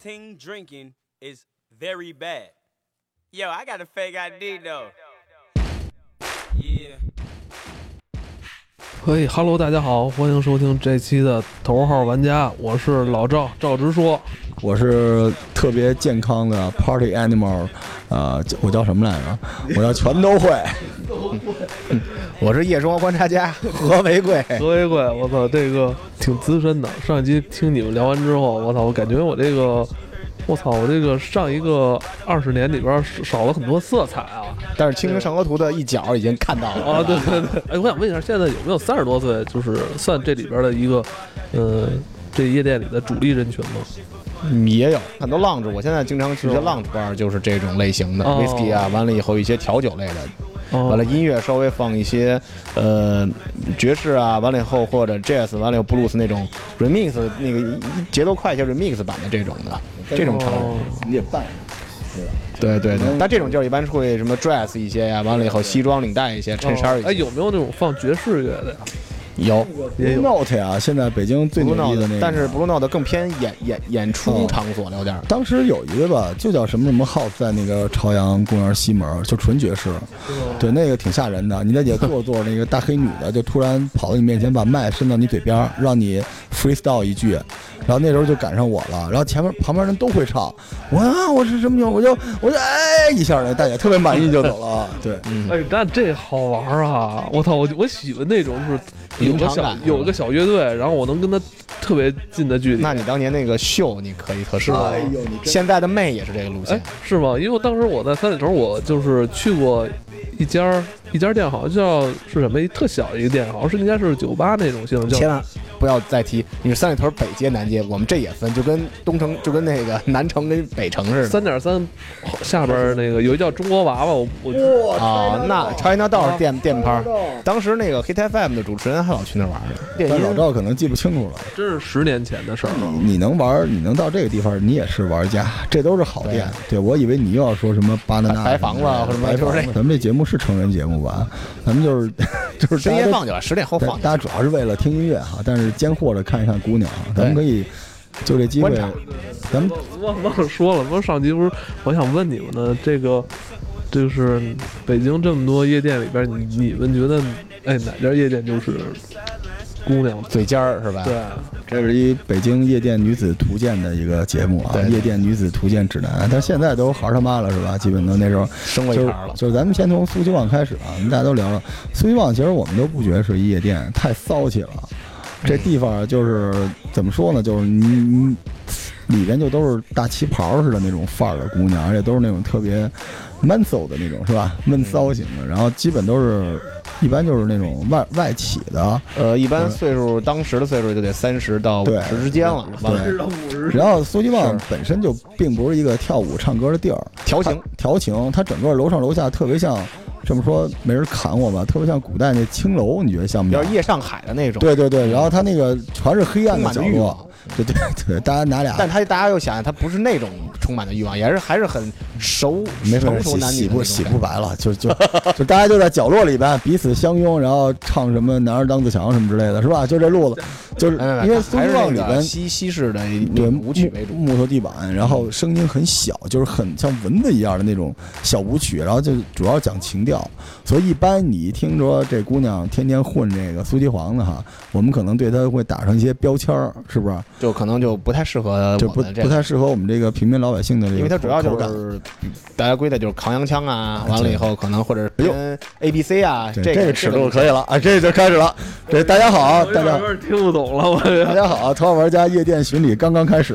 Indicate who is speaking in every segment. Speaker 1: teen drinking is very bad. Yo, I got a fake ID though. Yeah.
Speaker 2: 嘿哈喽，大家好，欢迎收听这期的头号玩家，我是老赵，赵直说。
Speaker 3: 我是特别健康的 party animal，呃，叫我叫什么来着？我叫全都会。
Speaker 4: 我是夜生活观察家何为贵，
Speaker 2: 何为贵，我操，这个挺资深的。上一期听你们聊完之后，我操，我感觉我这个，我操，我这个上一个二十年里边少了很多色彩啊。
Speaker 4: 但是《清明上河图》的一角已经看到了。
Speaker 2: 啊，对对对，哎，我想问一下，现在有没有三十多岁，就是算这里边的一个，呃，这夜店里的主力人群吗？
Speaker 4: 嗯也有很多浪主，我现在经常
Speaker 2: 是
Speaker 4: 去的
Speaker 2: 吗
Speaker 4: 浪主吧，就是这种类型的
Speaker 2: 哦
Speaker 4: whisky 啊，完了以后一些调酒类的，
Speaker 2: 哦
Speaker 4: 完了音乐稍微放一些呃爵士啊，完了以后或者 jazz，完了有 blues 那种 remix 那个节奏快一些 remix 版的这种的，这种潮流。
Speaker 2: 哦
Speaker 3: 你也办，
Speaker 4: 对对对，但这种就是一般会什么 dress 一些呀、完了以后西装领带一些，衬衫一些。
Speaker 3: 哦
Speaker 2: 哎，有没有那种放爵士乐的呀？
Speaker 4: 有。
Speaker 2: 也有
Speaker 3: Note 啊，现在北京最
Speaker 4: Blue
Speaker 3: 牛逼
Speaker 4: Note，
Speaker 3: 的那个，
Speaker 4: 但是 Blue Note 更偏演演演出
Speaker 3: 哦
Speaker 4: 场所了，有点儿。
Speaker 3: 当时有一个吧，就叫什么什么 house，在那个朝阳公园西门，就纯爵士，对，那个挺吓人的。你在底下坐着坐着，那个大黑女的就突然跑到你面前，把麦伸到你嘴边儿，让你 freestyle 一句，然后那时候就赶上我了，然后前面旁边人都会唱，我啊，我是什么情况？我就我就哎一下，那大姐特别满意就走了，啊对。
Speaker 2: 哎，但这好玩儿啊！我操，我就我喜欢那种就是有
Speaker 4: 临
Speaker 2: 个
Speaker 4: 场
Speaker 2: 小
Speaker 4: 感
Speaker 2: 有个小乐队，然后我能跟他特别近的距离。
Speaker 4: 那你当年那个秀，你可以特适合
Speaker 3: 哎呦你。真
Speaker 4: 现在的妹也是这个路
Speaker 2: 哎
Speaker 4: 线，，
Speaker 2: 是吗？因为我当时我在三里屯，我就是去过一家儿一家店，好像叫是什么一特小的一个店，好像是应该是酒吧那种性质，
Speaker 4: 千
Speaker 2: 叫
Speaker 4: 万不要再提你是三里屯北街、南街，我们这也分，就跟东城，就跟那个南城跟北城似的。
Speaker 2: 三点三下边儿那个有一叫中国娃娃，我我
Speaker 4: 啊，那 China 道
Speaker 2: 啊
Speaker 4: 是店店趴，当时那个 Hit FM 的主持人还老去那玩儿呢。电
Speaker 3: 但
Speaker 4: 音
Speaker 3: 老赵可能记不清楚了。
Speaker 2: 真是十年前的事儿了。
Speaker 3: 你能玩儿，你能到这个地方，你也是玩家，这都是好店。对我以为你又要说什么巴拿纳
Speaker 4: 白房子啊或者什么
Speaker 3: 白房
Speaker 4: 就
Speaker 3: 子
Speaker 4: 是这
Speaker 3: 咱们这节目是成人节目吧？咱们就是 就是
Speaker 4: 深
Speaker 3: 大家
Speaker 4: 夜
Speaker 3: 都
Speaker 4: 放去了，十点后放
Speaker 3: 大
Speaker 4: 去。
Speaker 3: 大家主要是为了听音乐哈，但是间或者看一看姑娘哈，咱们可以就这机会
Speaker 4: 观察，
Speaker 3: 咱们
Speaker 2: 忘忘了说了，不是上集不是我想问你们呢，这个就是北京这么多夜店里边，你你们觉得哎哪家夜店就是姑娘啊
Speaker 4: 嘴尖儿是吧？
Speaker 2: 对，
Speaker 3: 这是一北京夜店女子图鉴的一个节目啊，
Speaker 4: 对
Speaker 3: 夜店女子图鉴指南。但是现在都孩儿他妈了是吧？基本都那时候
Speaker 4: 升过一
Speaker 3: 就
Speaker 4: 茬
Speaker 3: 是
Speaker 4: 儿了。
Speaker 3: 就是咱们先从苏金旺开始啊，我们大家都聊了苏金旺，其实我们都不觉得是一夜店，太骚气了。这地方就是怎么说呢，就是你你里边就都是大旗袍似的那种范儿的姑娘，而且都是那种特别闷骚的那种，是吧？闷骚型的，然后基本都是一般就是那种外外企的，
Speaker 4: 呃，一般岁数，当时的岁数就得三十到五
Speaker 3: 对
Speaker 4: 十之间了，完了
Speaker 3: 对。然后苏金旺
Speaker 4: 是
Speaker 3: 本身就并不是一个跳舞唱歌的地儿，
Speaker 4: 调情
Speaker 3: 它调情，它整个楼上楼下特别像，这么说没人砍我吧，特别像古代那青楼，你觉得像不
Speaker 4: 要
Speaker 3: 像
Speaker 4: 是？夜上海的那种。
Speaker 3: 对对对，然后它那个全是黑暗的
Speaker 4: 充满
Speaker 3: 角
Speaker 4: 着欲
Speaker 3: 落
Speaker 4: 望，
Speaker 3: 对对对，大家拿俩
Speaker 4: 嗯但他大家又想，他不是那种充满的欲望，也是还是很熟
Speaker 3: 没事
Speaker 4: 成熟
Speaker 3: 洗
Speaker 4: 男女
Speaker 3: 洗
Speaker 4: 的那种
Speaker 3: 不
Speaker 4: 感
Speaker 3: 洗
Speaker 4: 觉
Speaker 3: 不白了，就就就大家就在角落里边彼此相拥，然后唱什么“男儿当自强”什么之类的，是吧？就这路子，就是
Speaker 4: 没没没
Speaker 3: 因为苏
Speaker 4: 还
Speaker 3: 金
Speaker 4: 是
Speaker 3: 旺里
Speaker 4: 那个
Speaker 3: 边
Speaker 4: 西西式的
Speaker 3: 对
Speaker 4: 舞曲为主。嗯
Speaker 3: 木木头地板，然后声音很小，就是很像蚊子一样的那种小舞曲，然后就主要讲情调。所以一般你一听说这姑娘天天混这个苏七黄的哈，我们可能对她会打上一些标签儿，是不是？
Speaker 4: 就可能就不太适合
Speaker 3: 就
Speaker 4: 我
Speaker 3: 不
Speaker 4: 们这
Speaker 3: 不
Speaker 4: 个，
Speaker 3: 太适合我们这个平民老百姓的这个
Speaker 4: 因为它主要就
Speaker 3: 口感
Speaker 4: 是大家归的就是扛洋腔啊，完了以后可能或者
Speaker 3: 哎呦
Speaker 4: 跟 A B C 啊，
Speaker 3: 对
Speaker 4: 这
Speaker 3: 这
Speaker 4: 个
Speaker 3: 个尺度可以了啊，这就开始了。这大家好啊，大家
Speaker 2: 有点听不懂了，我
Speaker 3: 大家好啊，头号玩家夜店巡礼刚刚开始。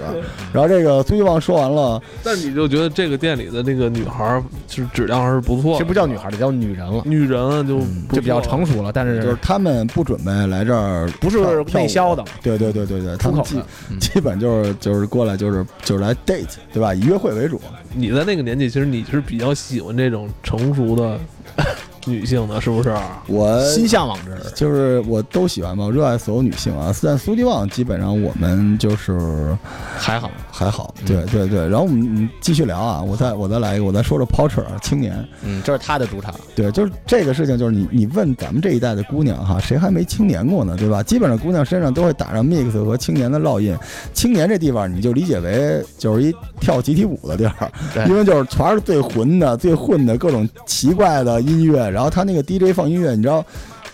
Speaker 3: 然后这个苏一旺说完了，
Speaker 2: 但你就觉得这个店里的那个女孩儿就是质量还是不错
Speaker 4: 这
Speaker 2: 的，
Speaker 4: 不叫女孩了，叫女人了，
Speaker 2: 女人啊就不
Speaker 4: 就比较
Speaker 2: 错
Speaker 4: 成熟了，但
Speaker 3: 就是
Speaker 4: 是
Speaker 3: 他们不准备来这儿
Speaker 4: 不是
Speaker 3: 跳跳舞
Speaker 4: 内销的嘛，
Speaker 3: 对对对对对，他
Speaker 4: 出
Speaker 3: 们
Speaker 4: 口
Speaker 3: 基
Speaker 4: 的嗯
Speaker 3: 基本就是就是过来就是就是来 date 对吧？以约会为主。
Speaker 2: 你在那个年纪，其实你是比较喜欢这种成熟的 女性的，是不是？
Speaker 3: 我
Speaker 4: 心向往之。
Speaker 3: 就是我都喜欢吧，我热爱所有女性啊。但苏迪旺基本上我们就是
Speaker 4: 还好，
Speaker 3: 还好，
Speaker 4: 嗯
Speaker 3: 对对对。然后我们我们继续聊啊，我再我再来一个，我再说说 Porter 青年，
Speaker 4: 嗯，这是他的主场，
Speaker 3: 对，就是这个事情，就是你你问咱们这一代的姑娘哈，谁还没青年过呢，对吧？基本上姑娘身上都会打上 mix 和青年的烙印。青年这地方你就理解为就是一跳集体舞的地儿，
Speaker 4: 对
Speaker 3: 因为就是全是最混的、最混的各种奇怪的音乐，然后他那个 DJ 放音乐，你知道。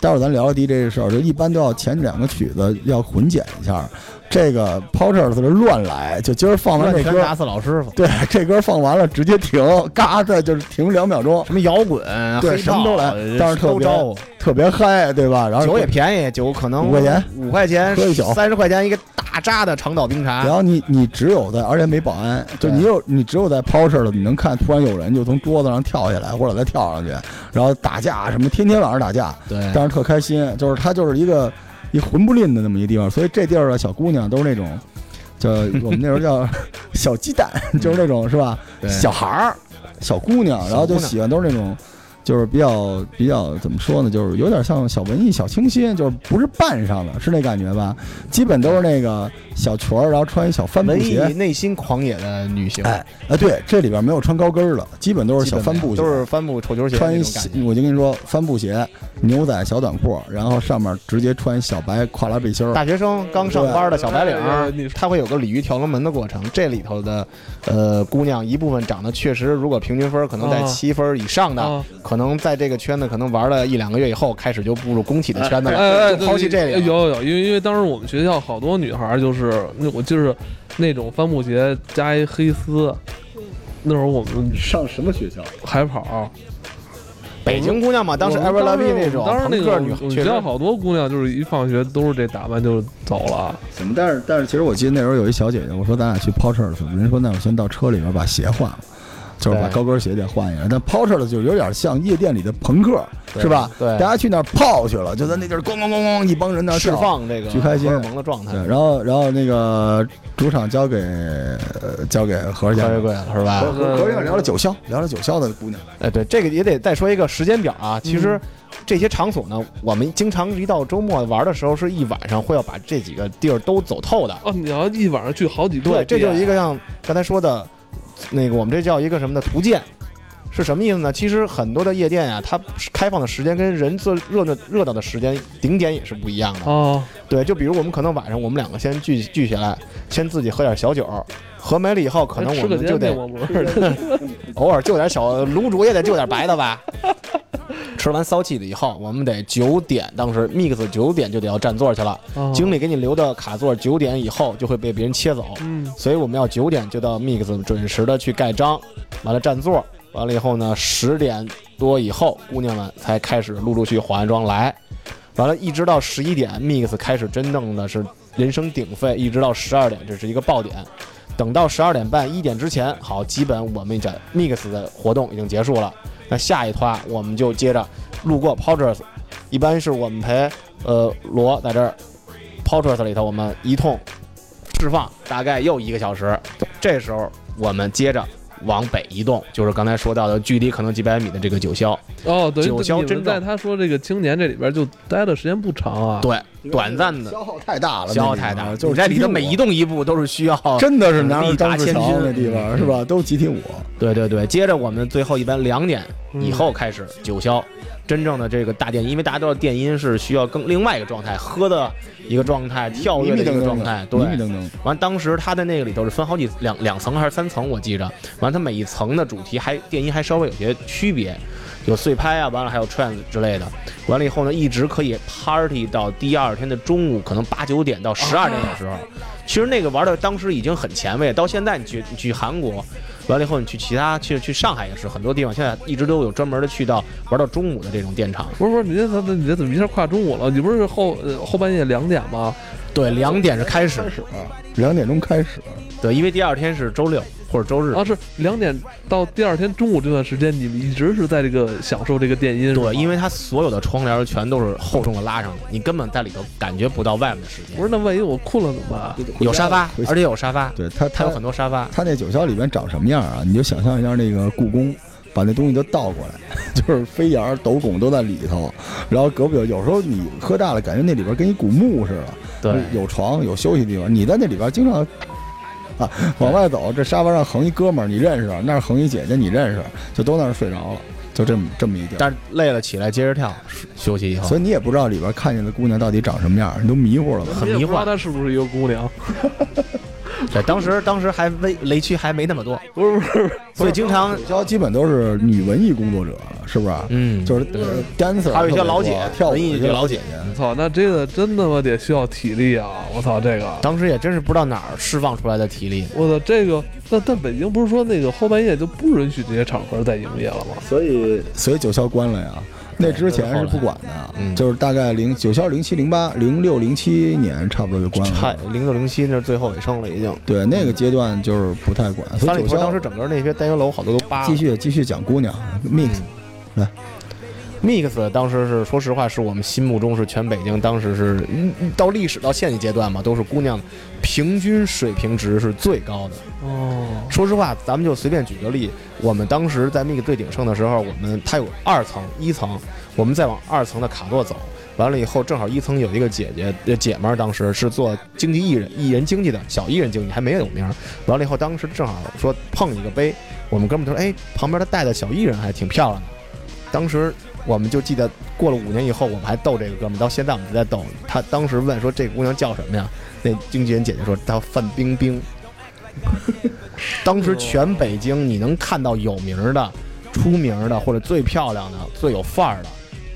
Speaker 3: 待会儿咱聊聊 DJ 这事儿，就一般都要前两个曲子要混剪一下。这个 Porter 是乱来，就今儿放完这
Speaker 4: 全
Speaker 3: 歌
Speaker 4: 打，死老师傅。
Speaker 3: 对，这歌放完了直接停，嘎的就是停两秒钟，
Speaker 4: 什么摇滚，
Speaker 3: 对
Speaker 4: 黑
Speaker 3: 什么
Speaker 4: 豹
Speaker 3: 都来当时特
Speaker 4: 都
Speaker 3: 别
Speaker 4: 招呼。
Speaker 3: 特别嗨，对吧？然后
Speaker 4: 酒也便宜，酒可能
Speaker 3: 五块钱，
Speaker 4: 五块钱
Speaker 3: 喝一宿
Speaker 4: 三十块钱一个大扎的长岛冰茶
Speaker 3: 然。后你你只有在，而且没保安，就
Speaker 4: 啊对
Speaker 3: 你有你只有在抛事儿了，你能看突然有人就从桌子上跳下来，或者再跳上去，然后打架什么，天天晚上打架，
Speaker 4: 对，
Speaker 3: 但是特开心，就是它就是一个一混不吝的那么一地方，所以这地儿的小姑娘都是那种， 叫我们那时候叫小鸡蛋，就是那种是吧？
Speaker 4: 嗯对
Speaker 3: 小孩儿、小姑娘，然后就喜欢都是那种，就是比较比较怎么说呢，就是有点像小文艺、小清新，就是不是扮上的，是那感觉吧？基本都是那个小裙儿，然后穿一小帆布
Speaker 4: 文艺
Speaker 3: 鞋。
Speaker 4: 内心狂野的女性，
Speaker 3: 哎，啊，对，这里边没有穿高跟儿的，基本都是
Speaker 4: 基
Speaker 3: 小
Speaker 4: 本
Speaker 3: 帆布鞋，
Speaker 4: 都是帆布丑球鞋
Speaker 3: 穿
Speaker 4: 那
Speaker 3: 一
Speaker 4: 种感
Speaker 3: 小
Speaker 4: 觉，
Speaker 3: 我就跟你说，帆布鞋、牛仔小短裤，然后上面直接穿小白跨栏背心儿。
Speaker 4: 大学生刚上班的小白领
Speaker 2: 哎
Speaker 4: 儿
Speaker 2: 你，说
Speaker 4: 他会有个鲤鱼跳龙门的过程。这里头的，呃，姑娘一部分长得确实，如果平均分儿可能在
Speaker 2: 啊
Speaker 4: 七分儿以上的，
Speaker 2: 啊
Speaker 4: 可能在这个圈子可能玩了一两个月以后，开始就步入工体的圈子
Speaker 2: 哎
Speaker 4: 了，
Speaker 2: 哎，
Speaker 4: 就抛弃这
Speaker 2: 哎
Speaker 4: 里
Speaker 2: 有
Speaker 4: 了。
Speaker 2: 有有，因为因为当时我们学校好多女孩儿就是那我就是那种帆布鞋加一黑丝，那会儿我们
Speaker 3: 上什么学校？
Speaker 2: 海跑，
Speaker 4: 北京姑娘嘛，当时
Speaker 2: 我
Speaker 4: Ever
Speaker 2: 们
Speaker 4: l o
Speaker 2: 当
Speaker 4: v
Speaker 2: 时
Speaker 4: e 那种
Speaker 2: 当时那
Speaker 4: 朋
Speaker 2: 个
Speaker 4: 克女
Speaker 2: 我们
Speaker 4: 确
Speaker 2: 学
Speaker 4: 实
Speaker 2: 校好多姑娘就是一放学都是这打扮就走了，
Speaker 3: 怎么？但是但是，其实我记得那时候有一小姐姐，我说咱俩去 Porter 的时候，人家说那我先到车里边把鞋换了。就是把
Speaker 4: 对
Speaker 3: 高跟鞋得换一下，但 Porter 的就有点像夜店里的朋克，
Speaker 4: 对
Speaker 3: 是吧？
Speaker 4: 对
Speaker 3: 大家去那儿泡去了，就在那地儿咣咣咣咣，一帮人那儿
Speaker 4: 释
Speaker 3: 跳。
Speaker 4: 放这个
Speaker 3: 巨开心
Speaker 4: 荷尔蒙的状态
Speaker 3: 对，，然后然后那个主场交给呃交给何
Speaker 4: 特
Speaker 3: 家
Speaker 4: 别，贵了是吧？
Speaker 3: 何何家聊了九霄，聊了九霄的姑娘。
Speaker 4: 哎，对，这个也得再说一个时间表啊。其
Speaker 2: 嗯
Speaker 4: 实这些场所呢，我们经常一到周末玩的时候，是一晚上会要把这几个地儿都走透的。
Speaker 2: 哦，你要一晚上去好几个
Speaker 4: 对，
Speaker 2: 店，
Speaker 4: 这就是一个像刚才说的，那个我们这叫一个什么的图鉴。是什么意思呢？其实很多的夜店啊，它开放的时间跟人最热闹热闹的时间顶点也是不一样的。
Speaker 2: 哦，
Speaker 4: 对，就比如我们可能晚上我们两个先聚聚起来，先自己喝点小酒，喝没了以后，可能我
Speaker 2: 哎吃个
Speaker 4: 们
Speaker 2: 煎
Speaker 4: 就得
Speaker 2: 饼我不是，
Speaker 4: 偶尔就点小卤煮也得就点白的吧。吃完骚气了以后，我们得九点，当时 mix 九点就得要占座去了。经
Speaker 2: 理，
Speaker 4: 理给你留的卡座，九点以后就会被别人切走，
Speaker 2: 嗯，
Speaker 4: 所以我们要九点就到 mix 准时的去盖章，完了占座，完了以后呢，十点多以后姑娘们才开始陆陆续续化完妆来，完了，一直到十一点，mix 开始真正的是人声鼎沸，一直到十二点，这是一个爆点。等到十二点半一点之前，好，基本我们讲 mix 的活动已经结束了。那下一团我们就接着路过 Potters，一般是我们陪呃罗在这儿 Potters 里头，我们一通释放，大概又一个小时。这时候我们接着往北移动，就是刚才说到的距离可能几百米的这个九霄，
Speaker 2: 哦，等于
Speaker 4: 九霄
Speaker 2: 你
Speaker 4: 真
Speaker 2: 们在
Speaker 4: 正
Speaker 2: 他说这个青年这里边就待的时间不长啊，，
Speaker 4: 对，短暂的。
Speaker 3: 消耗太大了，
Speaker 4: 消耗太大
Speaker 3: 了，
Speaker 4: 了，
Speaker 3: 就
Speaker 4: 你
Speaker 3: 是
Speaker 4: 在里头每
Speaker 3: 集
Speaker 4: 一
Speaker 3: 体
Speaker 4: 动一步都是需要
Speaker 3: 舞，真的是拿着
Speaker 4: 力
Speaker 3: 张
Speaker 4: 拔
Speaker 3: 志
Speaker 4: 千嗯
Speaker 3: 强
Speaker 4: 钧
Speaker 3: 那地方是吧？都集体舞，
Speaker 4: 对对对，接着我们最后一般两点
Speaker 3: 嗯
Speaker 4: 以后开始九霄，真正的这个大电音，因为大家都知道电音是需要更另外一个状态，喝的一个状态，跳
Speaker 3: 迷
Speaker 4: 跃
Speaker 3: 迷
Speaker 4: 的一
Speaker 3: 瞪
Speaker 4: 个
Speaker 3: 瞪
Speaker 4: 状
Speaker 3: 的
Speaker 4: 态，，
Speaker 3: 迷迷
Speaker 4: 对。
Speaker 3: 瞪瞪。
Speaker 4: 完，当时它的那个里头是分好几两两层还是三层，我记着。完，它每一层的主题还电音还稍微有些区别，有碎拍啊，完了还有 trance 之类的。完了以后呢，一直可以 party 到第二天的中午，可能八九点到十二点的时候。其实那个玩的当时已经很前卫，到现在你去你去韩国，完了以后你去其他去去上海也是，很多地方现在一直都有专门的去到玩到中午的这种电场。
Speaker 2: 不是不是，你这怎么你这怎么一下跨中午了？你不是后呃后半夜两点吗？
Speaker 4: 对，两点是开始，
Speaker 3: 两点钟开始，
Speaker 4: 对，因为第二天是周六或者周日。
Speaker 2: 啊，是两点到第二天中午这段时间，你们一直是在这个享受这个电音，
Speaker 4: 对，因
Speaker 2: 为
Speaker 4: 为它所有的窗帘全都是厚重的拉上的，你根本在里头感觉不到外面的时间
Speaker 2: 不。是那万一我困了怎么办？
Speaker 4: 有沙发
Speaker 3: 回，家
Speaker 4: 而且有沙发，
Speaker 3: 对他
Speaker 4: 它有
Speaker 3: 他
Speaker 4: 很多沙发。
Speaker 3: 他那九霄里面长什么样啊？你就想象一下那个故宫，把那东西都倒过来， 就是飞檐、斗拱都在里头。然后隔壁有有时候你喝大了，感觉那里边跟一古墓似的，
Speaker 4: 对，
Speaker 3: 有床有休息地方，你在那里边经常。啊， 往外走，这沙发上横一哥们儿，你认识；那儿横一姐姐，你认识，就都那儿睡着了，就这么这么一地儿。
Speaker 4: 但哦是累了起来接着跳，休息以后
Speaker 3: 所以你也不知道里边看见的姑娘到底长什么样，你都迷糊了吧？
Speaker 4: 很
Speaker 2: 你
Speaker 4: 迷
Speaker 2: 也不知道
Speaker 4: 幻。
Speaker 2: 她是不是一个姑娘，
Speaker 4: 对，当时当时还微雷区还没那么多，
Speaker 2: 不是不是，
Speaker 4: 所以经常
Speaker 3: 九霄基本都是女文艺工作者，是不是？
Speaker 4: 嗯
Speaker 3: 就是呃 dancer，
Speaker 4: 还有一些老姐
Speaker 3: 特别多跳舞
Speaker 4: 文艺
Speaker 3: 一些
Speaker 4: 老
Speaker 3: 姐
Speaker 4: 姐
Speaker 3: 姐。
Speaker 2: 操，那这个真他妈得需要体力啊！我操，这个，
Speaker 4: 当时也真是不知道哪儿释放出来的体力。
Speaker 2: 我操，这个，那但北京不是说那个后半夜就不允许这些场合再营业了吗？
Speaker 3: 所以，所以九霄关了呀。那之前是不管的，
Speaker 4: 嗯
Speaker 3: 就是大概零九霄零七零八零六零七年差不多就关
Speaker 4: 嗨
Speaker 3: 了。，
Speaker 4: 零六零七那是最后尾声了，已经。
Speaker 3: 对，那个阶段就是不太管。所
Speaker 4: 三
Speaker 3: 以
Speaker 4: 里
Speaker 3: 九霄
Speaker 4: 屯当时整个那些单元楼好多都扒了。
Speaker 3: 继续继续讲姑娘
Speaker 4: 嗯
Speaker 3: mix，
Speaker 4: Mix 当时是，说实话，是我们心目中是全北京当时是，嗯嗯到历史到现在阶段嘛，都是姑娘平均水平值是最高的。
Speaker 2: 哦，
Speaker 4: 说实话，咱们就随便举个例，我们当时在 Mix 最鼎盛的时候，我们它有二层、一层，我们再往二层的卡座走，完了以后正好一层有一个姐姐呃姐们儿，当时是做经纪艺人、艺人经纪的小艺人经纪，还没有名儿。完了以后，当时正好说碰一个杯，我们哥们儿就说，哎，旁边他带的小艺人还挺漂亮的。当时我们就记得，过了五年以后，我们还逗这个哥们儿，到现在我们还在逗。他当时问说：“这姑娘叫什么呀？”那经纪人姐姐说：“叫范冰冰。”当时全北京你能看到有名儿的、出名儿的，或者最漂亮的、最有范儿的，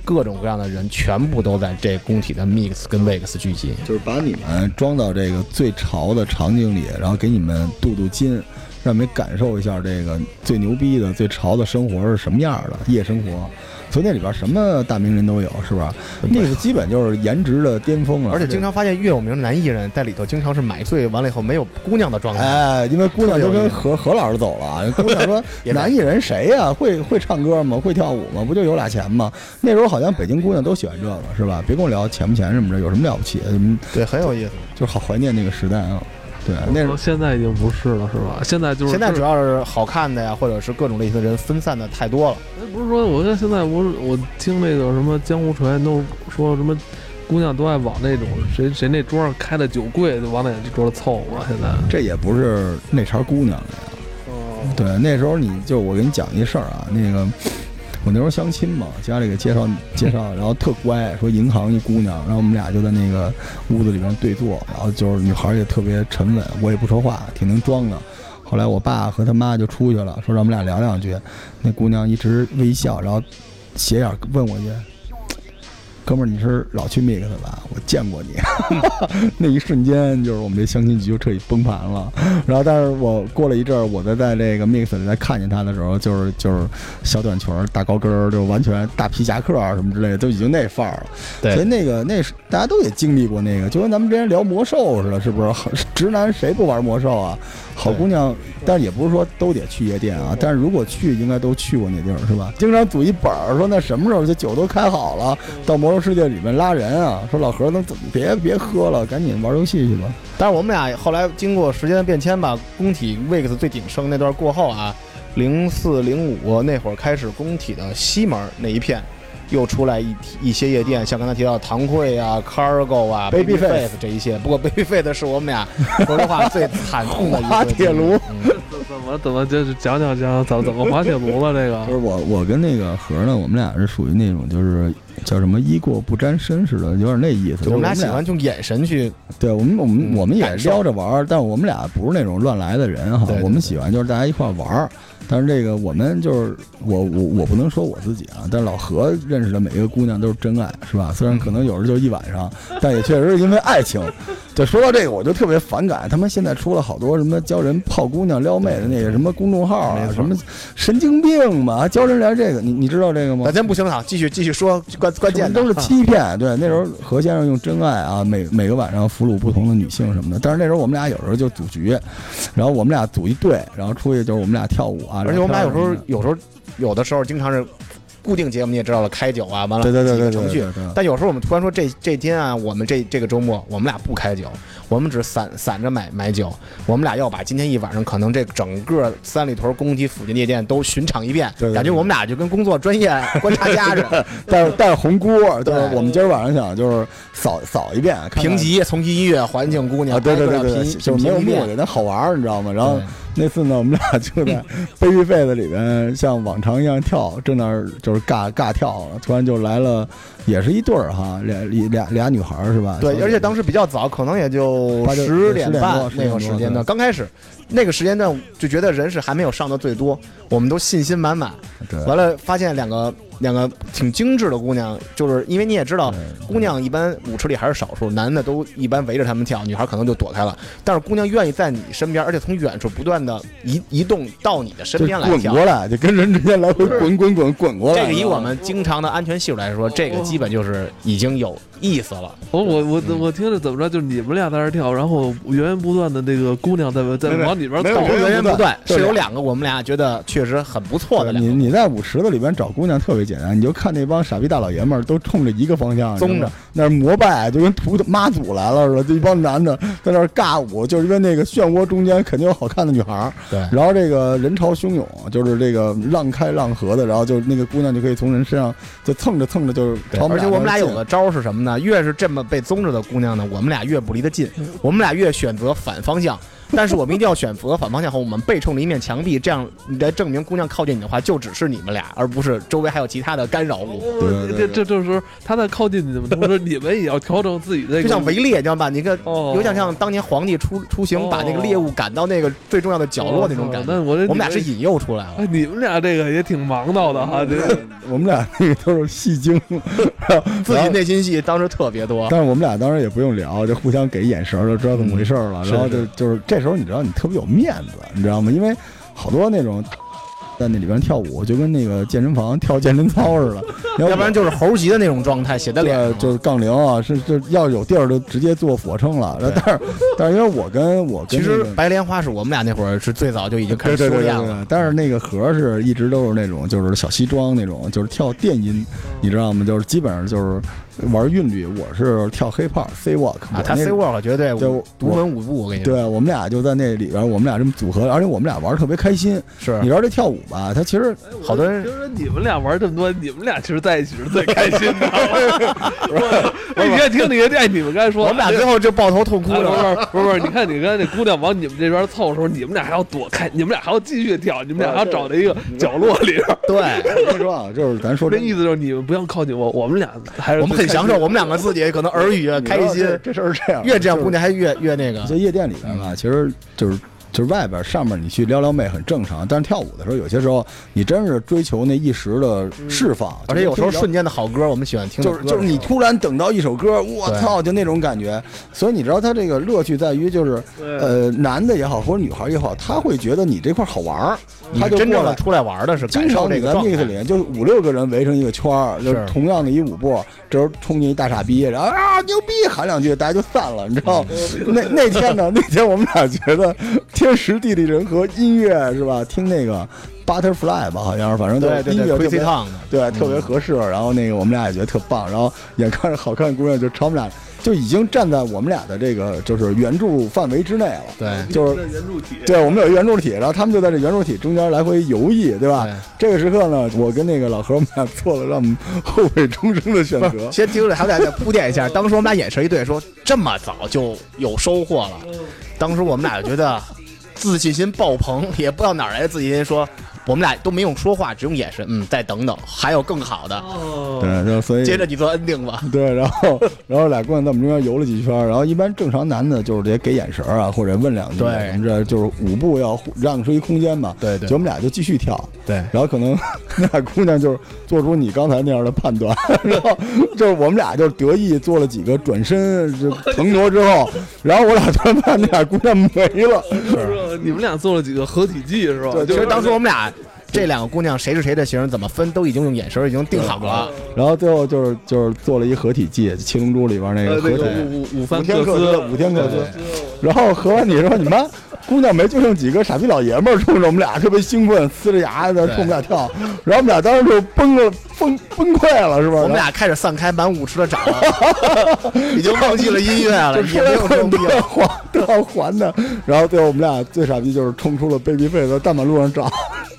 Speaker 4: 各种各样的人，全部都在这工体的 Mix 跟 Vex 聚集。
Speaker 3: 就是把你们嗯装到这个最潮的场景里，然后给你们镀镀金，让你们感受一下这个最牛逼的、最潮的生活是什么样的夜生活。所以那里边什么大名人都有，是吧？那个基本就是颜值的巅峰了，
Speaker 4: 呃而且经常发现越有名的男艺人在里头经常是买醉，完了以后没有姑娘的状态。
Speaker 3: 哎，因为姑娘都跟何何老师走 了，啊姑娘说
Speaker 4: 也没
Speaker 3: 男艺人谁呀、会会唱歌吗？会跳舞吗？不就有俩钱吗？那时候好像北京姑娘都喜欢这个，是吧？别跟我聊钱不钱什么的，有什么了不起？什么
Speaker 4: 对，很有意思。
Speaker 3: 就是好怀念那个时代啊。对，那时候
Speaker 2: 现在已经不是了，是吧？现在就是
Speaker 4: 现在
Speaker 2: 就是
Speaker 4: 主要是好看的呀，或者是各种类型的人分散的太多了。
Speaker 2: 哎，不是说，我看现在我我听那个什么江湖传言都说什么，姑娘都爱往那种谁谁那桌上开的酒柜就往哪这桌上凑嘛。现在
Speaker 3: 这也不是那茬姑娘了呀。对，那时候你就我给你讲一事儿啊，那个我那时候相亲嘛，家里给介绍介绍，然后特乖，说银行一姑娘，然后我们俩就在那个屋子里边对坐，然后就是女孩也特别沉稳，我也不说话，挺能装的。后来我爸和他妈就出去了，说让我们俩聊两句，那姑娘一直微笑，然后斜眼问我一句。哥们儿，你是老去 mix 吧？我见过你， 那一瞬间就是我们这相亲局就彻底崩盘了。然后，但是我过了一阵儿，我再在这个 mix 里再看见他的时候，就是就是小短裙儿、大高跟儿，就完全大皮夹克啊什么之类的，都已经那范儿了。
Speaker 4: 对
Speaker 3: 所以那个那是大家都也经历过那个，就跟咱们之前聊魔兽似的，是不是？ 直男谁不玩魔兽啊？好姑娘，但是也不是说都得去夜店啊。但是如果去，应该都去过那地儿，是吧？经常组一本儿，说那什么时候这酒都开好了，到魔兽世界里面拉人啊，说老何，能怎么别别喝了，赶紧玩游戏去吧。
Speaker 4: 但是我们俩后来经过时间的变迁吧，工体 Wix 最鼎盛那段过后啊，零四零五那会儿开始，工体的西门那一片又出来一一些夜店，像刚才提到堂会啊、Cargo 啊、
Speaker 3: Babyface
Speaker 4: Babyface 这一些。不过 Babyface 是我们俩说实话最惨痛 的一
Speaker 3: 滑
Speaker 4: 个
Speaker 3: 铁卢
Speaker 4: 嗯
Speaker 2: 怎怎么怎么就是讲讲讲怎么怎么滑铁卢了？这
Speaker 3: 就是
Speaker 2: 个
Speaker 3: 我我跟那个何呢，我们俩是属于那种就是叫什么衣过不沾身似的，有点那意思。就是
Speaker 4: 我
Speaker 3: 我
Speaker 4: 们俩
Speaker 3: 们
Speaker 4: 喜
Speaker 3: 俩
Speaker 4: 欢用眼神去，
Speaker 3: 对我们我们我们也
Speaker 4: 嗯感受
Speaker 3: 撩着玩儿，但是我们俩不是那种乱来的人哈
Speaker 4: 对对，对
Speaker 3: 我们喜欢就是大家一块儿玩儿。但是这个我们就是我我我不能说我自己啊，但是老何认识的每一个姑娘都是真爱，是吧？虽然可能有时候就一晚 上，但也确实是因为爱情。对，说到这个我就特别反感，他们现在出了好多什么教人泡姑娘、撩妹的那个什么公众号
Speaker 4: 没
Speaker 3: 啊，
Speaker 4: 错
Speaker 3: 什么神经病嘛，还教人来这个，你你知道这个吗
Speaker 4: 那？咱不行了，啊继续继续说关关键的啊
Speaker 3: 都是欺骗。对，那时候何先生用真爱啊，每每个晚上俘虏不同的女性什么的。但是那时候我们俩有时候就组局，然后我们俩组一队，然后出去就是我们俩跳舞啊。
Speaker 4: 而且我们俩有时候
Speaker 3: 聊天
Speaker 4: 有时候有的时候经常是固定节目，你也知道了，开酒啊，完了
Speaker 3: 对对对对对
Speaker 4: 几个程序
Speaker 3: 对对对
Speaker 4: 但有时候我们突然说这这天啊，我们这这个周末我们俩不开酒，我们只散散着买买酒，我们俩要把今天一晚上可能这整个三里屯公鸡附近夜店都巡场一遍，
Speaker 3: 对对对
Speaker 4: 感觉我们俩就跟工作专业观察家似 的，
Speaker 3: 带着带着红箍，对吧？
Speaker 4: 对
Speaker 3: 我们今儿晚上想就是扫扫一遍，看看
Speaker 4: 评级、从级音乐、环境、姑娘，
Speaker 3: 啊，对对
Speaker 4: 挨
Speaker 3: 对
Speaker 4: 个
Speaker 3: 对对，
Speaker 4: 评
Speaker 3: 就是没有
Speaker 4: 评一
Speaker 3: 目
Speaker 4: 遍
Speaker 3: 的，但好玩儿，你知道吗？然后
Speaker 4: 对
Speaker 3: 那次呢，我们俩就 在 baby face 里边像往常一样跳，正那儿就是尬尬跳，突然就来了，也是一对儿哈，俩俩俩俩女孩儿是吧？
Speaker 4: 啊对，而且当
Speaker 3: 时
Speaker 4: 时比较早，可能也就
Speaker 3: 八九
Speaker 4: 十
Speaker 3: 点
Speaker 4: 点
Speaker 3: 多
Speaker 4: 半
Speaker 3: 10
Speaker 4: 那个
Speaker 3: 点多
Speaker 4: 时间段。
Speaker 3: 对
Speaker 4: 刚开始那个时间段就觉得人是还没有上的最多，我们都信心满满。
Speaker 3: 对
Speaker 4: 完了发现两个两个挺精致的姑娘，就是因为你也知道，姑娘一般舞池里还是少数，男的都一般围着他们跳，女孩可能就躲开了。但是姑娘愿意在你身边，而且从远处不断的移移动到你的身
Speaker 3: 就
Speaker 4: 边来
Speaker 3: 滚
Speaker 4: 跳。
Speaker 3: 过来，就跟人之间来回滚滚滚滚过来。
Speaker 4: 这个以我们经常的安全系数来说，这个基本就是已经有意思了。
Speaker 2: 我我我我听着怎么着，就是你们俩在那儿跳，然后源源不断的那个姑娘在在
Speaker 3: 没
Speaker 2: 往里边
Speaker 3: 没
Speaker 2: 倒
Speaker 3: 有，
Speaker 4: 源源不断，
Speaker 3: 对
Speaker 4: 是有两个我们俩觉得确实很不错的
Speaker 3: 对
Speaker 4: 两
Speaker 3: 你
Speaker 4: 个。
Speaker 3: 你在舞池子里边找姑娘特别简单，你就看那帮傻逼大老爷们儿都冲着一个方向，你
Speaker 4: 宗着
Speaker 3: 知道吗那儿膜拜，就跟图妈祖来了似的，就一帮男的在那儿尬舞，就是因为那个漩涡中间肯定有好看的女孩儿，
Speaker 4: 对
Speaker 3: 然后这个人潮汹涌，就是这个浪开浪合的，然后就那个姑娘就可以从人身上就蹭着蹭着就是
Speaker 4: 对
Speaker 3: 朝
Speaker 4: 而且我们俩有
Speaker 3: 个
Speaker 4: 个招儿是什么呢？越是这么被宗着的姑娘呢，我们俩越不离得近，我们俩越选择反方向。但是我们一定要选择反方向后，我们背冲着一面墙壁，这样你来证明姑娘靠近你的话，就只是你们俩，而不是周围还有其他的干扰物。
Speaker 3: 对对
Speaker 2: 这这这时候，他在靠近你们的同时，你们也要调整自己这个，
Speaker 4: 就像围猎，你知道吧？你个
Speaker 2: 哦
Speaker 4: 有点像当年皇帝出出行，把那个猎物赶到那个最重要的角哦落那种感觉。
Speaker 2: 那我这
Speaker 4: 我们俩
Speaker 2: 你
Speaker 4: 是嗯引诱出来了
Speaker 2: 哎，。你们俩这个也挺忙叨的哈，这个
Speaker 3: 我们俩那个都是戏 精，
Speaker 4: 自己内心戏当时特别多，
Speaker 3: 但是我们俩当时也不用聊，就互相给眼神儿，就知道怎么回事儿了。
Speaker 4: 嗯是
Speaker 3: 然后就就是这时候，你知道你特别有面子，你知道吗？因为好多那种在那里边跳舞，就跟那个健身房跳健身操似的，
Speaker 4: 要不然就是猴急的那种状态，写在
Speaker 3: 对
Speaker 4: 脸上。
Speaker 3: 就是杠铃啊，是就要有地儿就直接做俯卧撑了。然后但是但是因为我跟我跟
Speaker 4: 其
Speaker 3: 那
Speaker 4: 实
Speaker 3: 个
Speaker 4: 白莲花是我们俩那会儿是最早就已经开
Speaker 3: 对对
Speaker 4: 始修
Speaker 3: 对对
Speaker 4: 炼
Speaker 3: 对
Speaker 4: 了，，
Speaker 3: 但是那个盒是一直都是那种，就是小西装那种，就是跳电音，你知道吗？就是基本上就是玩韵律，我是跳 hip hop C walk，
Speaker 4: 啊，他 C work 绝对
Speaker 3: 对
Speaker 4: 舞独门舞步，我跟你说，
Speaker 3: 对，我们俩就在那里边，我们俩这么组合，而且我们俩玩的特别开心。
Speaker 4: 是
Speaker 3: 你知道这跳舞吧？它其实
Speaker 2: 哎
Speaker 4: 好多人
Speaker 2: 其实你们俩玩这么多，你们俩其实在一起是最开心 的。我哎，你看听你个哎，你们刚才说，
Speaker 4: 我们俩最后就抱头痛哭
Speaker 2: 哎。
Speaker 4: 了。
Speaker 2: 不是不是不是，你看你刚才那姑娘往你们这边凑的时候，你们俩还要躲开，你们俩还要继续啊跳，你们俩还要找到一个角落里边。
Speaker 4: 对，
Speaker 3: 我跟你说啊，就是咱说
Speaker 2: 这
Speaker 3: 真
Speaker 2: 意思就是你们不要靠近我，我们俩还是
Speaker 4: 我们很享受，我们两个自己可能耳语 啊
Speaker 3: 你知道
Speaker 4: 开心，
Speaker 3: 这这事儿是这样，
Speaker 4: 越这样嗯
Speaker 3: 就是
Speaker 4: 姑娘还越越那个
Speaker 3: 在。夜店里边吧，其实就是就是外边上面你去撩撩妹很正常，但是跳舞的时候，有些时候你真是追求那一时的释放，
Speaker 4: 嗯而且有时候
Speaker 3: 就是
Speaker 4: 瞬间的好歌，我们喜欢听的
Speaker 3: 就
Speaker 4: 歌
Speaker 3: 是就是你突然等到一首歌，我操，就那种感觉。所以你知道它这个乐趣在于就是，呃，男的也好或者女孩也好，他会觉得你这块好玩儿，
Speaker 4: 你
Speaker 3: 他
Speaker 4: 是
Speaker 3: 就
Speaker 4: 真
Speaker 3: 过
Speaker 4: 正
Speaker 3: 来
Speaker 4: 的。出来玩的是
Speaker 3: 经
Speaker 4: 感受
Speaker 3: 常
Speaker 4: 这
Speaker 3: 你
Speaker 4: 个
Speaker 3: 在
Speaker 4: 状
Speaker 3: mix 里
Speaker 4: 态。
Speaker 3: 面，就是五六个人围成一个圈儿，就是
Speaker 4: 是
Speaker 3: 同样的一舞步，这时候冲进一大傻逼，然后啊牛逼喊两句，大家就散了，你知道吗？
Speaker 4: 嗯
Speaker 3: 那那天呢，那天我们俩觉得天时地利人和，音乐是吧？听那个 Butterfly 吧，好像是，反正就
Speaker 4: 对
Speaker 3: 是
Speaker 4: 对
Speaker 3: 音
Speaker 4: 对
Speaker 3: 乐特
Speaker 4: ，Crazy
Speaker 3: 别
Speaker 4: Town 的，
Speaker 3: 对，特别合适。然后那个我们俩也觉得特棒，然后眼看着好看的姑娘就朝我们俩就已经站在我们俩的这个就是圆柱范围之内了。
Speaker 4: 对，
Speaker 3: 就是
Speaker 2: 原著体
Speaker 3: 对，我们有一圆柱体，然后他们就在这圆柱体中间来回游弋，对吧？
Speaker 4: 对
Speaker 3: 这个时刻呢，我跟那个老何，我们俩做了让我们后悔终生的选 择。
Speaker 4: 先听着，还得再铺垫一下。当时我们俩眼神一对，说这么早就有收获了。当时我们俩就觉得自信心爆棚，也不知道哪儿来的自信心，说我们俩都没用说话，只用眼神。嗯，再等等，还有更好的。
Speaker 2: 哦，
Speaker 3: 对，就所以
Speaker 4: 接着你做 ending 吧。
Speaker 3: 对，然后然后俩姑娘在我们中间游了几圈，然后一般正常男的就是得给眼神儿啊，或者问两句，
Speaker 4: 对
Speaker 3: 什么这就是舞步要互让出一空间嘛。
Speaker 4: 对对
Speaker 3: 就我们俩就继续跳。
Speaker 4: 对
Speaker 3: 然后可 能那俩姑娘就是做出你刚才那样的判断，然后就是我们俩就得意做了几个转身 就腾挪之后，然后我俩突然发现那俩姑娘没了。
Speaker 2: 是啊你们俩做了几个合体技是吧？
Speaker 3: 对
Speaker 2: 就
Speaker 4: 其
Speaker 2: 是
Speaker 4: 实当时我们俩这两个姑娘谁是谁的型，怎么分都已经用眼神已经定好了。
Speaker 2: 嗯
Speaker 3: 然后最后就是就是做了一合体技，《七龙珠》里边那
Speaker 2: 呃
Speaker 3: 个
Speaker 2: 那
Speaker 3: 合体。
Speaker 2: 个五五五番
Speaker 3: 五天克
Speaker 2: 斯
Speaker 3: 斯，五天克斯
Speaker 2: 对
Speaker 3: 然后合完你说你妈，姑娘没就剩几个傻逼老爷们儿冲着我们俩特别兴奋，呲着牙的冲我们俩跳，然后我们俩当时就崩了，崩崩溃了，是吧？
Speaker 4: 我们俩开始散开，满舞池的掌， 已经忘记了音乐
Speaker 3: 就
Speaker 4: 了，也
Speaker 3: 出
Speaker 4: 没
Speaker 3: 来
Speaker 4: 有装逼
Speaker 3: 都要
Speaker 4: 了。
Speaker 3: 还都要还的，然后最后我们俩最傻逼就是冲出了 baby face，大马路上找，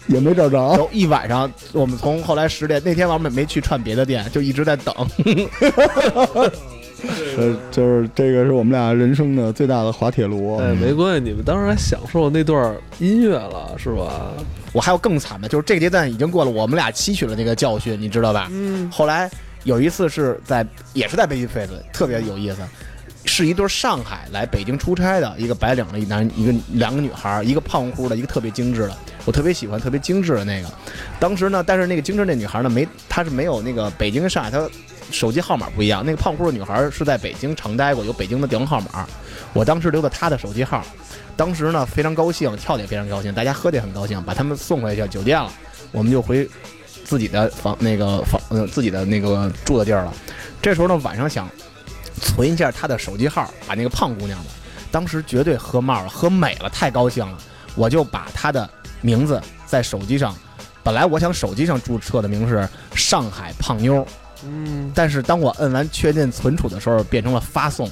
Speaker 3: 也没找着。
Speaker 4: 都一晚上，我们从后来十点那天晚上我们没去串别的店，就一直在等。
Speaker 3: 呃，就是这个是我们俩人生的最大的滑铁卢。
Speaker 4: 呃
Speaker 2: 哎，没关系，你们当时还享受那段音乐了，是吧？
Speaker 4: 我还有更惨的，就是这个阶段已经过了，我们俩吸取了那个教训，你知道吧？嗯。后来有一次是在也是在 Babyface，特别有意思，是一对上海来北京出差的，一个白领的一男一个两个女孩，一个胖乎的，一个特别精致的，我特别喜欢特别精致的那个。当时呢，但是那个精致那女孩呢，没她是没有那个北京跟上海她。手机号码不一样，那个胖乎的女孩是在北京常待过，有北京的电话号码。我当时留的她的手机号，当时呢非常高兴，跳的也非常高兴，大家喝的也很高兴，把他们送回去酒店了，我们就回自己的房那个房呃自己的那个住的地儿了。这时候呢晚上想存一下她的手机号，把那个胖姑娘的，当时绝对喝冒了，喝美了，太高兴了，我就把她的名字在手机上。本来我想手机上注册的名是上海胖妞，
Speaker 2: 嗯，
Speaker 4: 但是当我摁完确定存储的时候，变成了发送。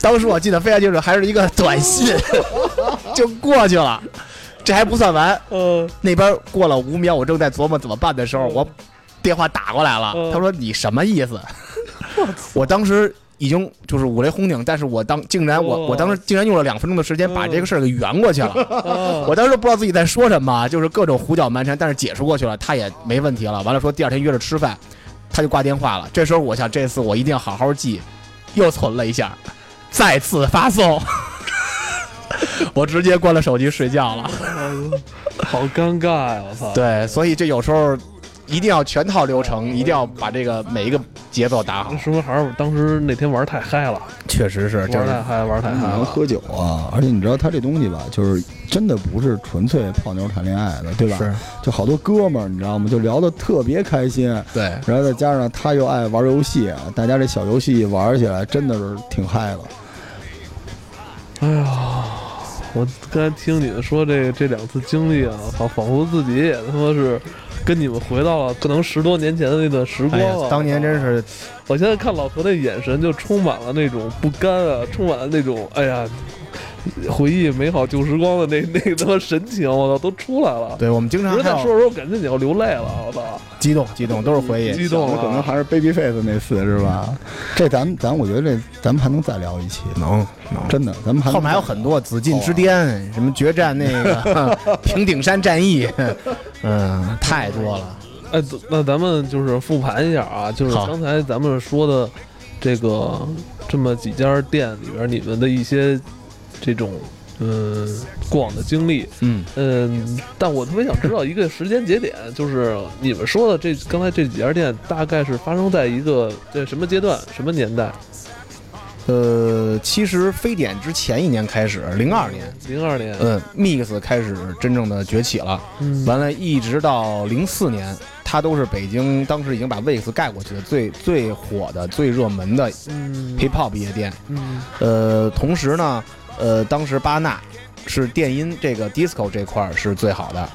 Speaker 4: 当时我记得非常清楚，还是一个短信就过去了。这还不算完，
Speaker 2: 呃，
Speaker 4: 那边过了五秒，我正在琢磨怎么办的时候，我电话打过来了
Speaker 2: 嗯，
Speaker 4: 他说你什么意思？ 我当时已经就是五雷轰顶，但是我当竟然我我当时竟然用了两分钟的时间把这个事儿给圆过去了。
Speaker 2: 啊
Speaker 4: 我当时都不知道自己在说什么，就是各种胡搅蛮缠，但是解释过去了，他也没问题了。完了说第二天约着吃饭，他就挂电话了。这时候我想，这次我一定要好好记，又存了一下，再次发送。 我直接关了手机睡觉了。
Speaker 2: 好尴尬呀！我操，
Speaker 4: 对，所以这有时候一定要全套流程，一定要把这个每一个节奏打好
Speaker 2: 那。说明还是当时那天玩太嗨了，
Speaker 4: 确实是，就
Speaker 2: 玩
Speaker 4: 是
Speaker 2: 太嗨，玩太嗨
Speaker 3: 能
Speaker 2: 了。
Speaker 4: 嗯
Speaker 3: 喝酒啊，而且你知道他这东西吧，就是真的不是纯粹泡妞谈恋爱的，对吧？
Speaker 4: 是，
Speaker 3: 就好多哥们儿，你知道吗？就聊得特别开心，
Speaker 4: 对。
Speaker 3: 然后再加上他又爱玩游戏，大家这小游戏玩起来真的是挺嗨的。
Speaker 2: 哎呀，我刚才听你们说这这两次经历啊，仿仿佛自己也他妈是跟你们回到了可能十多年前的那段时
Speaker 4: 哎
Speaker 2: 光
Speaker 4: 呀
Speaker 2: 啊、，
Speaker 4: 当年真是
Speaker 2: 我现在看老何那眼神，就充满了那种不甘啊，充满了那种哎呀，回忆美好旧时光的那 那他妈神情，我操，都出来了。
Speaker 4: 对我们经
Speaker 2: 不
Speaker 4: 常
Speaker 2: 是
Speaker 4: 还
Speaker 2: 他
Speaker 4: 有
Speaker 2: 说着说着，感觉你要流泪了，我操，
Speaker 4: 激动激动，都是回忆。
Speaker 2: 激动
Speaker 3: 那
Speaker 2: 了。
Speaker 3: 可能还是 Babyface 那次是吧？
Speaker 4: 嗯
Speaker 3: 这咱们咱我觉得这咱们还能再聊一期，
Speaker 4: 能能
Speaker 3: 真的，咱们还能
Speaker 4: 后面还有很多紫禁之巅，什么决战那个 平顶山战役，嗯，太多了。
Speaker 2: 哎，那咱们就是复盘一下啊，就是
Speaker 4: 好
Speaker 2: 刚才咱们说的这个这么几家店里边，你们的一些这种嗯逛的经历，
Speaker 4: 嗯，
Speaker 2: 嗯，但我特别想知道一个时间节点，就是你们说的这刚才这几家店大概是发生在一个在什么阶段、什么年代？
Speaker 4: 呃，其实非典之前一年开始，零二年，
Speaker 2: 零二年，
Speaker 4: 嗯，Mix 开始真正的崛起了。
Speaker 2: 嗯，
Speaker 4: 完了，一直到零四年，它都是北京当时已经把 Wix 盖过去的最最火的、最热门的
Speaker 2: 嗯
Speaker 4: Hip Hop 夜店。
Speaker 2: 嗯
Speaker 4: 呃，同时呢，呃，当时巴纳是电音这个 disco 这块儿是最好的，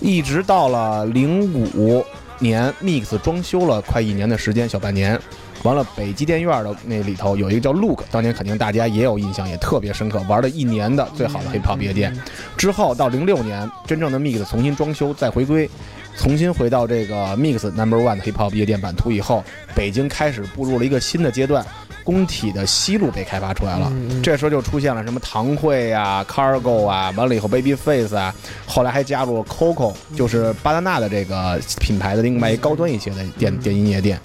Speaker 4: 一直到了零五年 mix 装修了快一年的时间，小半年。完了，北极电院的那里头有一个叫 Look，当年肯定大家也有印象，也特别深刻，玩了一年的最好的 hip hop 夜店。之后到零六年，真正的 Mix 重新装修再回归，重新回到这个 Mix Number One 的 Hip Hop 夜店版图以后，北京开始步入了一个新的阶段，工体的西路被开发出来了。
Speaker 2: 嗯嗯
Speaker 4: 这时候就出现了什么堂会啊、Cargo 啊，完了以后 Babyface 啊，后来还加入了 Coco，就是巴达纳的这个品牌的另外一个高端一些的电电音夜店。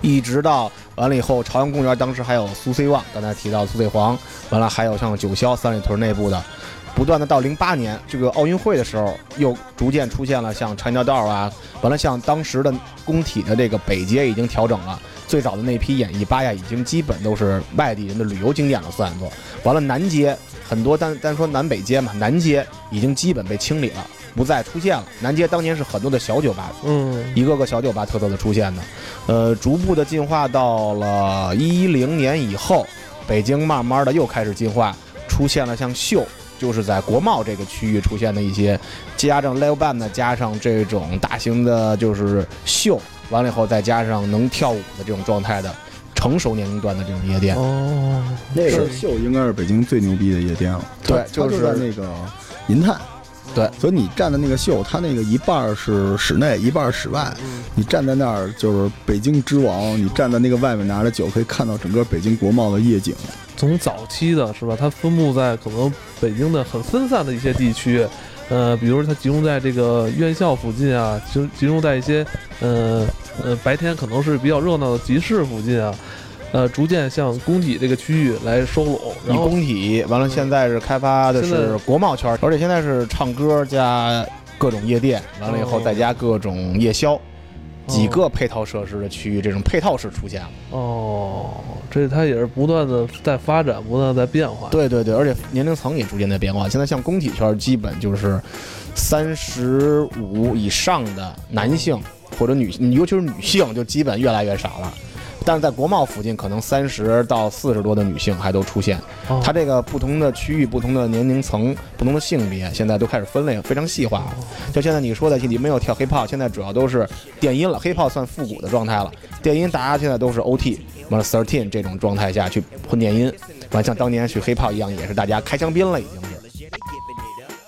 Speaker 4: 一直到完了以后，朝阳公园当时还有苏 C 旺，刚才提到苏 C 黄，完了还有像九霄三里屯内部的，不断的到零八年这个奥运会的时候，又逐渐出现了像长交道啊，完了像当时的工体的这个北街已经调整了，最早的那批演艺吧呀已经基本都是外地人的旅游景点了算作，完了南街很多单单说南北街嘛，南街已经基本被清理了，不再出现了。南街当年是很多的小酒吧，
Speaker 2: 嗯
Speaker 4: 一个个小酒吧特色的出现的，呃，逐步的进化到了一零年以后，北京慢慢的又开始进化，出现了像秀，就是在国贸这个区域出现的一些，加上 live band 加上这种大型的，就是秀，完了以后再加上能跳舞的这种状态的成熟年龄段的这种夜店，
Speaker 2: 哦，
Speaker 3: 那个秀应该是北京最牛逼的夜店了，
Speaker 4: 对
Speaker 3: 它它
Speaker 4: 就
Speaker 3: 就是在那个银泰。
Speaker 4: 对，
Speaker 3: 所以你站的那个秀，它那个一半儿是室内，一半儿室外。
Speaker 4: 嗯
Speaker 3: 你站在那儿就是北京之王，你站在那个外面拿着酒，可以看到整个北京国贸的夜景。
Speaker 2: 从早期的是吧？它分布在可能北京的很分散的一些地区，呃，比如它集中在这个院校附近啊，集集中在一些呃呃白天可能是比较热闹的集市附近啊，呃，逐渐向工体这个区域来收拢，
Speaker 4: 以
Speaker 2: 然后
Speaker 4: 工体，完了现在是开发的
Speaker 2: 现
Speaker 4: 是
Speaker 2: 在
Speaker 4: 国贸圈，而且现在是唱歌加各种夜店，完了以后
Speaker 2: 哦
Speaker 4: 再加各种夜宵，几
Speaker 2: 哦
Speaker 4: 个配套设施的区域，这种配套式出现了。
Speaker 2: 哦，这它也是不断的在发展，不断的在变化。
Speaker 4: 对对对，而且年龄层也逐渐在变化。现在像工体圈，基本就是三十五以上的男性或者女，尤其是女性，就基本越来越少了。但是在国贸附近，可能三十到四十多的女性还都出现。
Speaker 2: 哦，
Speaker 4: 它这个不同的区域、不同的年龄层、不同的性别，现在都开始分类非常细化了。就现在你说的，你没有跳 hiphop，现在主要都是电音了，hiphop 算复古的状态了。电音大家现在都是 OT，完了 thirteen 这种状态下去混电音，完了像当年去 hiphop 一样，也是大家开香槟了，已经是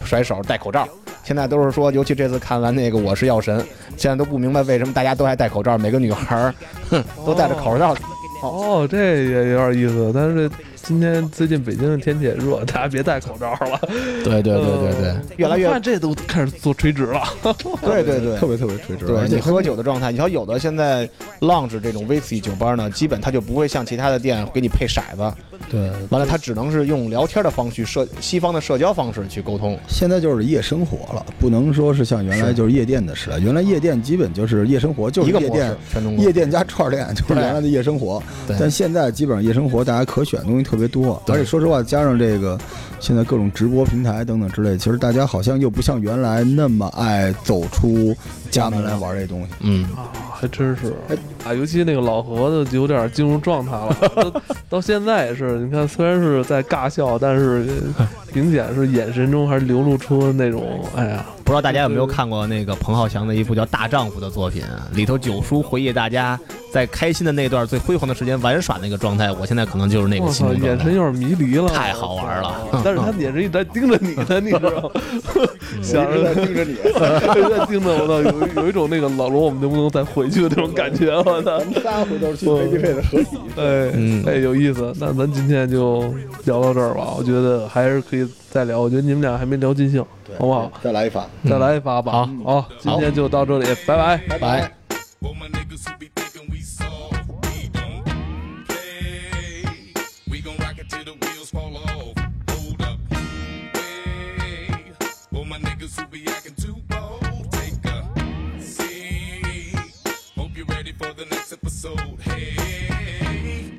Speaker 4: 甩手戴口罩。现在都是说，尤其这次看完那个《我是药神》，现在都不明白为什么大家都还戴口罩，每个女孩儿哼都戴着口罩。
Speaker 2: 哦，这也有点意思。但是今天最近北京的天气也热，大家别戴口罩了。
Speaker 4: 对对对对 对
Speaker 2: 呃，
Speaker 4: 越来越
Speaker 2: 我看这都开始做垂直了。
Speaker 4: 对对对
Speaker 3: 特。别特别垂直。
Speaker 4: 对
Speaker 3: 而且
Speaker 4: 你喝酒的状态，你瞧有的现在 lounge 这种 whisky 酒吧呢，基本它就不会像其他的店给你配骰子，
Speaker 3: 对，
Speaker 4: 完了它只能是用聊天的方式社西方的社交方式去沟通。
Speaker 3: 现在就是夜生活了，不能说是像原来就是夜店的时代。原来夜店基本就是夜生活，就是
Speaker 4: 一个
Speaker 3: 夜
Speaker 4: 模式
Speaker 3: 店。，
Speaker 4: 全中国
Speaker 3: 夜店加串儿店就是
Speaker 4: 对
Speaker 3: 原来的夜生活，
Speaker 4: 对
Speaker 3: 但现在基本上夜生活大家可选的东西特别多，
Speaker 4: 对
Speaker 3: 而且说实话，加上这个现在各种直播平台等等之类，其实大家好像又不像原来那么爱走出家门来玩这东西。
Speaker 4: 嗯，
Speaker 2: 啊，还真是，啊，尤其那个老何的就有点进入状态了，到到现在也是，你看虽然是在尬笑，但 是呃明显是眼神中还是流露出那种，哎呀，
Speaker 5: 不知道大家有没有看过那个彭浩翔的一部叫《大丈夫》的作品，啊里头九叔回忆大家在开心的那段最辉煌的时间玩耍那个状态。我现在可能就是那
Speaker 2: 我
Speaker 5: 个心
Speaker 2: 操，
Speaker 5: 中状
Speaker 2: 眼神
Speaker 5: 态。
Speaker 2: 有点迷离了，
Speaker 5: 太好玩了
Speaker 2: 我操但是他眼神一直在盯着你呢，你知道吗？ 想着
Speaker 3: 盯着你，
Speaker 2: 一直在盯着我，操，有有一种那个老罗，我们能不能再回去的那种感觉，我操。
Speaker 3: 们仨回头去 KTV 的合体。
Speaker 2: 哎，
Speaker 5: 嗯
Speaker 2: 哎，有意思。那咱今天就聊到这儿吧，我觉得还是可以再聊。我觉得你们俩还没聊尽兴，好不好？
Speaker 3: 再来一发。
Speaker 2: 再来一发吧。好，今天就到这里，拜拜。
Speaker 4: 拜。
Speaker 6: All my niggas who be thinking we soft, we don't play. We gon' rock it till the wheels fall off. Hold up, wait. All my niggas who be acting too bold, take a seat. Hope you're ready for the next episode. Hey.